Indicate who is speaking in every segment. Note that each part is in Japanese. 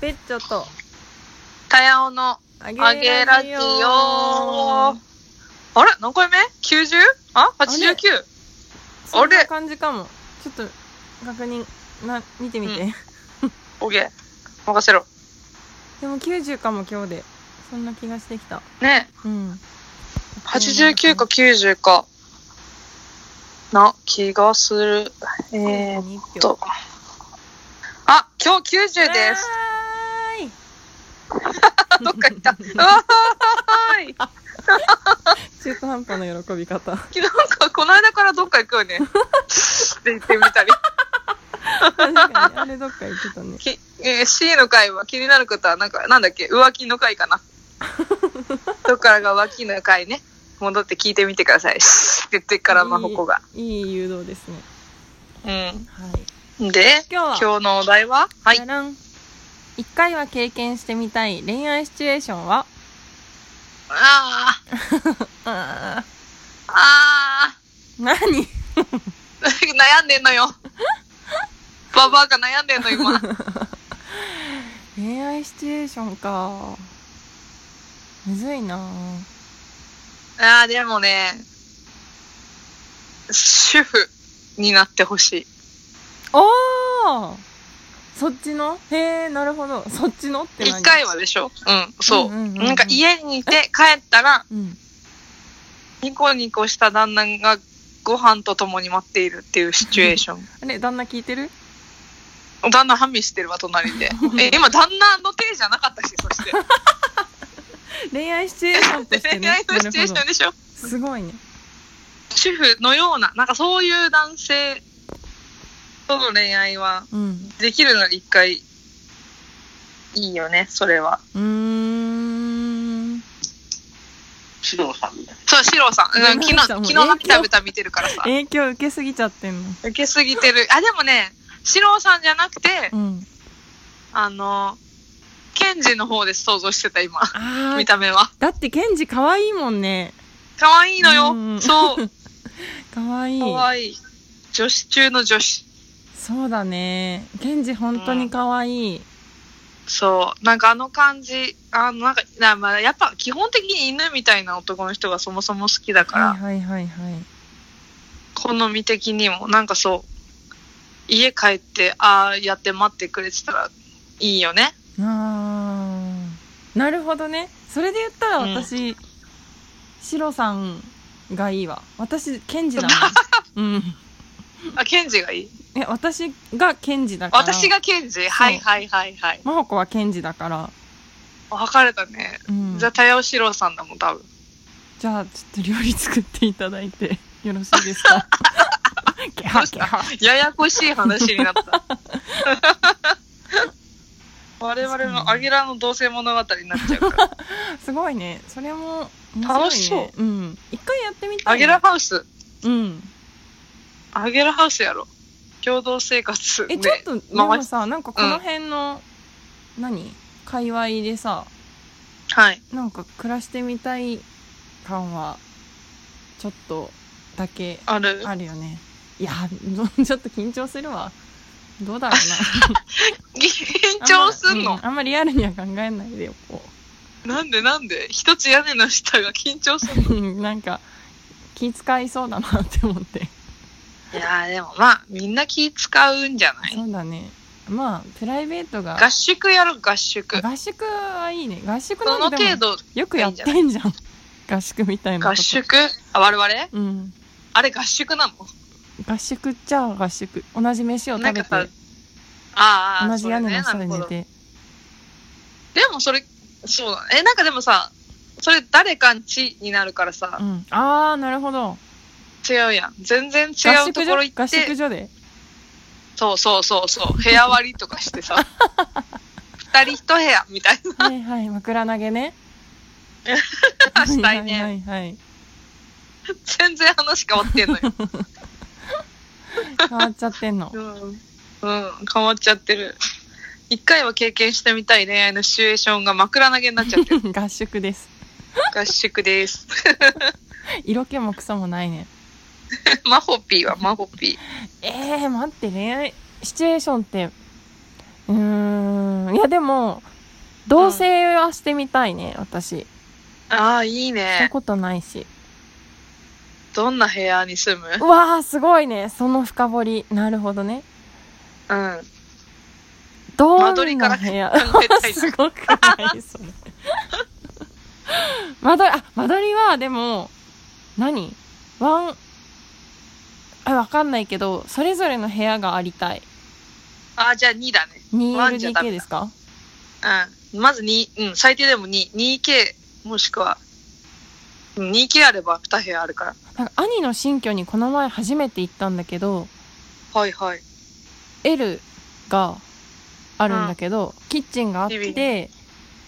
Speaker 1: ペッチョと
Speaker 2: かやおの
Speaker 1: あ
Speaker 2: あげラジオ。あれ何回目 ?90? あ ?89?
Speaker 1: そん
Speaker 2: あ
Speaker 1: な
Speaker 2: れ
Speaker 1: 感じかもちょっと確認な見てみて、
Speaker 2: うオッケー。任せろ。
Speaker 1: でも90かも今日でそんな気がしてきた
Speaker 2: ね
Speaker 1: うん
Speaker 2: 89か90か。な気がする。えー、っ
Speaker 1: 2票
Speaker 2: と。あ、今日90です。
Speaker 1: わーい
Speaker 2: あ、どっか行った。うわーい。
Speaker 1: 中途半端な喜び方
Speaker 2: なんか、この間からどっか行くよ ね。って言ってみたり。
Speaker 1: 確かにあれどっか行ってたね
Speaker 2: きえー C の回は気になることはなんかなんだっけ浮気の回 かなどっからが浮気の回ね戻って聞いてみてくださいシーって言ってからまほこが
Speaker 1: いいいい誘導ですね
Speaker 2: う
Speaker 1: はい
Speaker 2: んで
Speaker 1: 今日は
Speaker 2: 今日のお題ははい
Speaker 1: じゃらん一回は経験してみたい恋愛シチュエーションは
Speaker 2: あー
Speaker 1: あ
Speaker 2: あ
Speaker 1: ー何
Speaker 2: ー 悩んでん のよババアが悩んでんの今
Speaker 1: 恋愛シチュエーションかむずいな
Speaker 2: あーでもね主婦になってほしい
Speaker 1: おーそっちのへえなるほどそっちのって何
Speaker 2: 一回はでしょうんそう,、
Speaker 1: うんうんうんうん
Speaker 2: なんか家にいて帰ったら
Speaker 1: うん
Speaker 2: ニコニコした旦那がご飯と共に待っているっていうシチュエーショ ン。
Speaker 1: あれ旦那聞いてる
Speaker 2: 旦那ハミしてるわ、隣 で。え、今、旦那の手じゃなかったし、そして。
Speaker 1: 恋愛シチュエーションとして
Speaker 2: 恋
Speaker 1: ね
Speaker 2: 愛のシチュエーションでしょ
Speaker 1: ンすごいね
Speaker 2: 主婦のような、なんかそういう男性との恋愛は、
Speaker 1: うん
Speaker 2: できるなら一回、いいよね、それは。
Speaker 1: うーん
Speaker 3: シロさんみたい
Speaker 2: そう、シローさん。うん、昨日、
Speaker 1: なんかもう
Speaker 2: 昨日のビタビタ見てるからさ。
Speaker 1: 影響受けすぎちゃってんの
Speaker 2: 受けすぎてる。あ、でもね、シローさんじゃなくて
Speaker 1: う、ん
Speaker 2: あの、ケンジの方で想像してた、今。
Speaker 1: あ
Speaker 2: 見
Speaker 1: ー
Speaker 2: た目は。
Speaker 1: だってケンジ可愛いもんね
Speaker 2: 可愛いのよ。
Speaker 1: うん
Speaker 2: そう。
Speaker 1: 可愛い
Speaker 2: 可愛い女子中の女子。
Speaker 1: そうだねケンジ本当に可愛い
Speaker 2: そう。なんかあの感じ、あの、なんか、なまあ、やっぱ基本的に犬みたいな男の人がそもそも好きだから、
Speaker 1: はいはいはいはい
Speaker 2: 好み的にも、なんかそう、家帰って、ああやって待ってくれてたらいいよね。
Speaker 1: あーなるほどねそれで言ったら
Speaker 2: うん
Speaker 1: 私、シロさんがいいわ私ケンジなのう ん
Speaker 2: あ、ケンジがいい
Speaker 1: え私がケンジだから
Speaker 2: 私がケンジはいはいはいはい。
Speaker 1: 真帆子はケンジだから、
Speaker 2: 分かれたね。
Speaker 1: うん、
Speaker 2: じゃあ、タオシローさんだもん、多分。
Speaker 1: じゃあちょっと料理作っていただいてよろしいです かゲハゲハ
Speaker 2: ややこしい話にな った。我々のアギラの同性物語になっちゃうから。
Speaker 1: すごいねそれも面白い、ね、、
Speaker 2: 楽しそう
Speaker 1: ん、一回やってみたい
Speaker 2: アギラハウス、
Speaker 1: うん
Speaker 2: アギラハウスやろ。共同生活
Speaker 1: え、
Speaker 2: ね
Speaker 1: ちょっと、で
Speaker 2: 回
Speaker 1: も
Speaker 2: し
Speaker 1: さ、なんかこの辺の、何界隈でさ、
Speaker 2: はい。
Speaker 1: なんか暮らしてみたい感は、ちょっとだけ
Speaker 2: ある。
Speaker 1: あるよね。いや、ど ちょっと緊張するわ。どうだろう
Speaker 2: 緊
Speaker 1: な。
Speaker 2: 張すん
Speaker 1: あ
Speaker 2: の
Speaker 1: ま,、うん、あんまリアルには考えないでよ、こ
Speaker 2: なんでなんで一つ屋根の下が緊張する
Speaker 1: う。うん なんか、気遣いそうだなって思って。
Speaker 2: いやーでもまあ、みんな気使うんじゃな
Speaker 1: そうだね。まあ、プライベートが、
Speaker 2: 合宿やろ、合宿。
Speaker 1: 合宿はいいね。合宿な
Speaker 2: その
Speaker 1: んてで
Speaker 2: 程
Speaker 1: も、
Speaker 2: 度、
Speaker 1: よくやってんじゃん。合宿みたいなこと。
Speaker 2: 合宿あ、我々
Speaker 1: うん。
Speaker 2: あれ合宿なの
Speaker 1: 合宿っちゃ合宿同じ飯を食べて
Speaker 2: なんかさああ、
Speaker 1: 同じ屋根の
Speaker 2: そ
Speaker 1: 下
Speaker 2: れね
Speaker 1: で
Speaker 2: なる
Speaker 1: 寝
Speaker 2: ほど
Speaker 1: て
Speaker 2: でもそれ、そうだね。え、なんかでもさ、それ誰かんちになるからさ
Speaker 1: う、んああなるほど
Speaker 2: 違うやん。全然違
Speaker 1: 合
Speaker 2: う
Speaker 1: 宿
Speaker 2: と
Speaker 1: 所
Speaker 2: ころ行
Speaker 1: 合
Speaker 2: っ
Speaker 1: 宿
Speaker 2: て、
Speaker 1: 所 で
Speaker 2: そうそうそうそう、部屋割りとかしてさ、二人一部屋みたい
Speaker 1: はいはい枕投げね
Speaker 2: な したい
Speaker 1: は
Speaker 2: ね。
Speaker 1: いはい、はい、
Speaker 2: 全然話変わってんのよ。
Speaker 1: 変わっちゃってんの
Speaker 2: うん。うん、変わっちゃってる。一回は経験してみたい恋愛のシチュエーションが枕投げになっ ちゃってる。
Speaker 1: 合宿です
Speaker 2: 合宿です。
Speaker 1: 色気もクソもないね
Speaker 2: マホピーはマホピー。
Speaker 1: えー、待って恋愛シチュエーションってうーんいやかでも、同棲はしてみたいね、私。
Speaker 2: ああ、
Speaker 1: し
Speaker 2: いい
Speaker 1: た
Speaker 2: ね。
Speaker 1: ことないし。
Speaker 2: どんな部屋に住む
Speaker 1: うわあ、すごいね。その深掘り。なるほどね。
Speaker 2: うん。
Speaker 1: どんな
Speaker 2: 間取りから
Speaker 1: 部屋
Speaker 2: 考えたいな
Speaker 1: すごくないそれ。 間取り、あ、間取りは、でも、何ワン、あ、わかんないけど、それぞれの部屋がありたい。
Speaker 2: ああ、じゃあ2だね。ワンじゃダ
Speaker 1: 2LDK
Speaker 2: メだ
Speaker 1: ですか
Speaker 2: うん。まず2、うん、最低でも2、2K、もしくは、うん 2K あれば2部屋あるから。
Speaker 1: なんか兄の新居にこの前初めて行ったんだけど、
Speaker 2: はいはい。
Speaker 1: L があるんだけど、キッチンがあっ
Speaker 2: リビン
Speaker 1: て、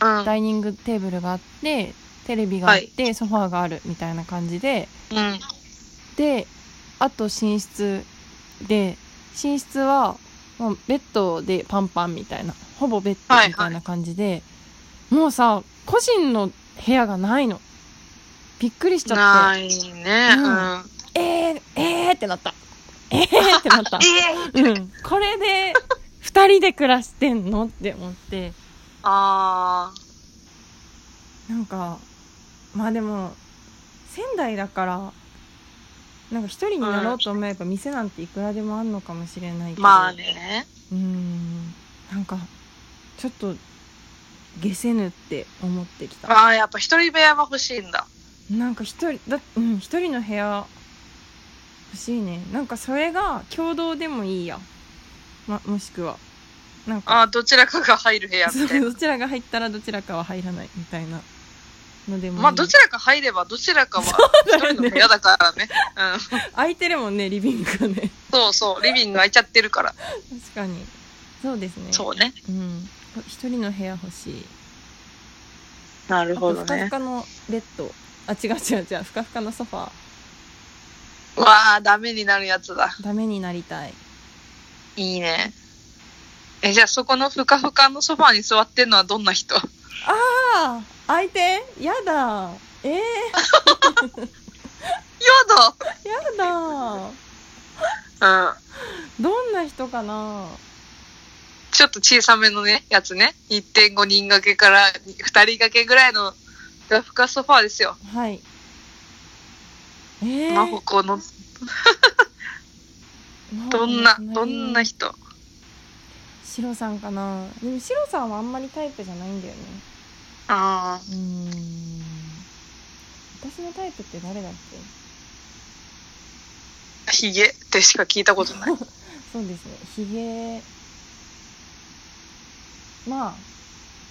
Speaker 2: うん。
Speaker 1: ダイニングテーブルがあって、テレビがあって、ソファーがあるみたいな感じで、
Speaker 2: うん。
Speaker 1: で、あと寝室で、寝室は、もうベッドでパンパンみたいな、ほぼベッ
Speaker 2: は
Speaker 1: ド
Speaker 2: いはい
Speaker 1: みたいな感じで、もうさ、個人の部屋がないの。びっくりしちゃっ
Speaker 2: ないね。
Speaker 1: う
Speaker 2: うんん。
Speaker 1: て、えー、えーってなった。えーってなった。
Speaker 2: ええ
Speaker 1: うん、これで二人で暮らしてんのって思って
Speaker 2: あ
Speaker 1: なんかまあでも仙台だからなんか一人になろうと思えば店なんていくらでもあんのかもしれないけど
Speaker 2: ー、まあね。
Speaker 1: うんなんかちょっと下せぬって思ってきた
Speaker 2: ああ、やっぱ一人部屋は欲しいんだ。
Speaker 1: なんか一人だうん一人の部屋欲しいねなんかそれが共同でもいいや、ま、もしくはなんか
Speaker 2: ああ、どちらかが入る部屋みたい
Speaker 1: そう
Speaker 2: な。
Speaker 1: どちらが入ったらどちらかは入らないみたいなのでもいい
Speaker 2: まあ、どちらか入れば、どちらかは一人の部屋だからね。うん。
Speaker 1: 空いてるもんねリビングがね
Speaker 2: そうそう、リビング空いちゃってるから。
Speaker 1: 確かにそうですね
Speaker 2: そうね。
Speaker 1: う、ん、一人の部屋欲しい
Speaker 2: なる
Speaker 1: あとふかふ。かのベッドあ違う違う違うふかふかのソファー
Speaker 2: わあ、ダメになるやつだ。
Speaker 1: ダメになりたい
Speaker 2: いいね。え、じゃあそこのふかふかのソファに座ってんのはどんな人
Speaker 1: ああ相手やだえー、や
Speaker 2: や
Speaker 1: だ
Speaker 2: だうん。
Speaker 1: どんな人かな
Speaker 2: ちょっと小さめのね、やつね。1.5人掛けから2人掛けぐらいのふかふかソファですよ。
Speaker 1: はいえー、
Speaker 2: マホコの、
Speaker 1: まあ
Speaker 2: どんな、
Speaker 1: 隣
Speaker 2: どんな人
Speaker 1: シロさんかなでもシロさんはあんまりタイプじゃないんだよね
Speaker 2: ああ。
Speaker 1: うーん私のタイプって誰だっ
Speaker 2: ヒゲってしか聞いたことない。
Speaker 1: けそうですねひげまあ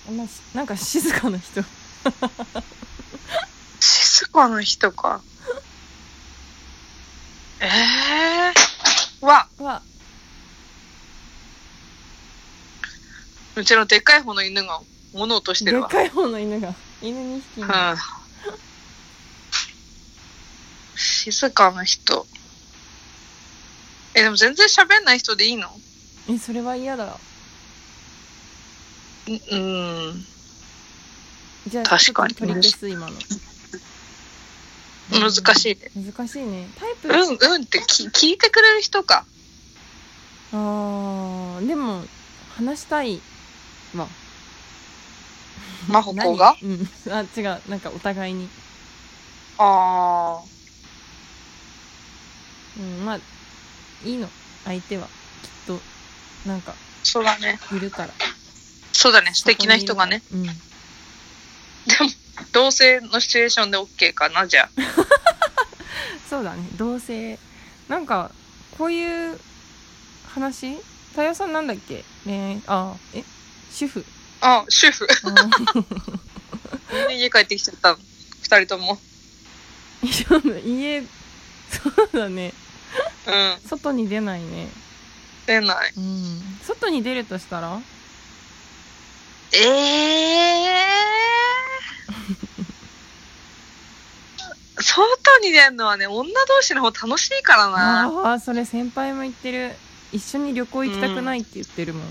Speaker 1: あんましなんか静かな人
Speaker 2: 静かな人か。ええー。わ、
Speaker 1: は
Speaker 2: うちのでっかい方の犬が物落として
Speaker 1: で
Speaker 2: る
Speaker 1: っ
Speaker 2: わ。
Speaker 1: かい方の犬が犬2匹
Speaker 2: う
Speaker 1: の
Speaker 2: ん。静かな人。え、でも全然喋んない人でいいの
Speaker 1: えそれは嫌だ
Speaker 2: ううん。
Speaker 1: じゃあ
Speaker 2: 確かに
Speaker 1: ちょっと取り消す今の
Speaker 2: 難しいね。
Speaker 1: い難しいねタイプ、
Speaker 2: うん、うんってき聞いてくれる人か。
Speaker 1: あーでも話したいわ
Speaker 2: 真帆子が
Speaker 1: 何うんあ違うなんかお互いに
Speaker 2: あ
Speaker 1: うんまあいいの相手はきっとなんか
Speaker 2: ー。そうだね。
Speaker 1: いるから
Speaker 2: そうだね。素敵な人がね。
Speaker 1: そこにいるか
Speaker 2: 同性のシチュエーションで OK かな、じゃあ。
Speaker 1: らうんそうだね同性なんかこういう話太陽さんなんだっけ恋愛あえ主婦
Speaker 2: あ、主 婦。
Speaker 1: あー
Speaker 2: みんな家帰ってきちゃったの。二人とも。
Speaker 1: そうだ家 そうだね
Speaker 2: うん。
Speaker 1: 外に出ないね
Speaker 2: 出ない。
Speaker 1: うん外に出るとしたら
Speaker 2: ええー。外に出るのはね、女同士の方楽しいからな。
Speaker 1: ああそれ先輩も言ってる一緒に旅行行きたくないって言ってるもん、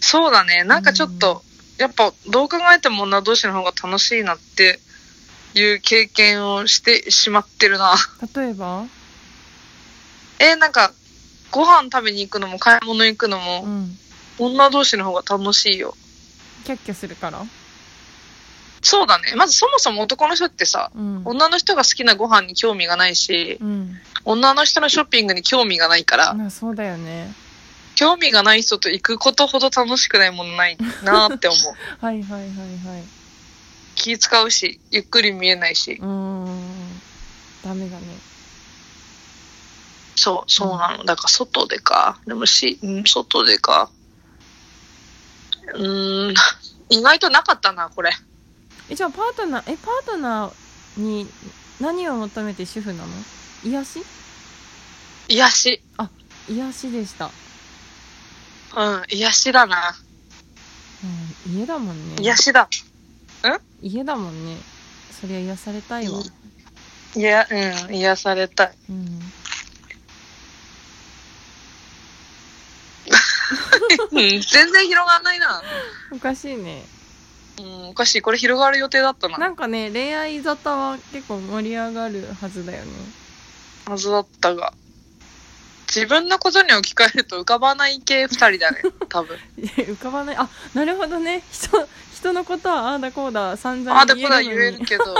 Speaker 2: そうだね。なんかちょっと、やっぱどう考えても女同士の方が楽しいなっていう経験をしてしまってるな。
Speaker 1: 例えば
Speaker 2: えーなんか、ご飯食べに行くのも買い物行くの
Speaker 1: う
Speaker 2: も、
Speaker 1: ん
Speaker 2: 女同士の方が楽しいよ。
Speaker 1: キャッキャするから
Speaker 2: そうだね。まずそもそも男の人ってさ、
Speaker 1: うん
Speaker 2: 女の人が好きなご飯に興味がないし、
Speaker 1: うん
Speaker 2: 女の人のショッピングに興味がないから、
Speaker 1: まあそうだよね
Speaker 2: 興味がない人と行くことほど楽しくないものないなって 思う。
Speaker 1: はいはいはいはい
Speaker 2: 気使うし、ゆっくり見えないし
Speaker 1: う。ーんダメだね
Speaker 2: そう、そうなの。だから外でか。でもし、うん、外でか。うーん、 意外となかったな、これ。
Speaker 1: えじゃあパートナーえパートナーに何を求めて主婦なの癒し
Speaker 2: 癒し。
Speaker 1: 癒しでした、
Speaker 2: うん、癒しだな。
Speaker 1: うん、家だもんね
Speaker 2: 癒しだ。
Speaker 1: 家だもんねそりゃ癒されたいわ
Speaker 2: いや、うん、癒されたい。
Speaker 1: うん
Speaker 2: うん、全然広がんないな。
Speaker 1: おかしいね
Speaker 2: うん、おかしい。これ広がる予定だったな。
Speaker 1: なんかね恋愛沙汰は結構盛り上がるはずだよね
Speaker 2: はずだったが。自分のことに置き換えると浮かばない系二人だね、多 分。
Speaker 1: いや浮かばないあなるほどね人人のことはああだこうだ散々
Speaker 2: ああ、で
Speaker 1: 言え
Speaker 2: も
Speaker 1: るの
Speaker 2: だ言
Speaker 1: に
Speaker 2: えるけど。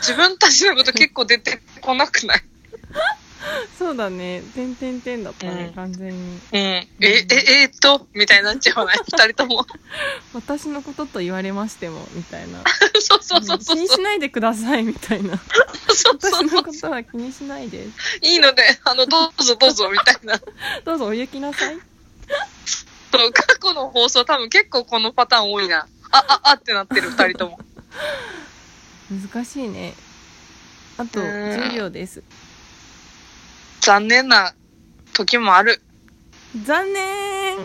Speaker 2: 自分たちのこと結構出てこなくない
Speaker 1: そうだね点点点だったね、
Speaker 2: うん
Speaker 1: 完全に
Speaker 2: うん。え、え、えーっと、みたいになっちゃわない二人とも。
Speaker 1: 私のことと言われましてもみたいな
Speaker 2: そう そうそう
Speaker 1: 気
Speaker 2: そう。
Speaker 1: にしないでくださいみたいな
Speaker 2: そう
Speaker 1: 私
Speaker 2: そうそ
Speaker 1: の
Speaker 2: う
Speaker 1: こ。とは気にしないで
Speaker 2: いいので、あの、どうぞどうぞ、みたいな。
Speaker 1: どうぞお行きなさい
Speaker 2: そう過去の放送多分結構このパターン多いな。あ、あ、あってなってる二人とも。
Speaker 1: 難しいねあと
Speaker 2: うん
Speaker 1: 10秒です
Speaker 2: 残念な時もある。
Speaker 1: 残念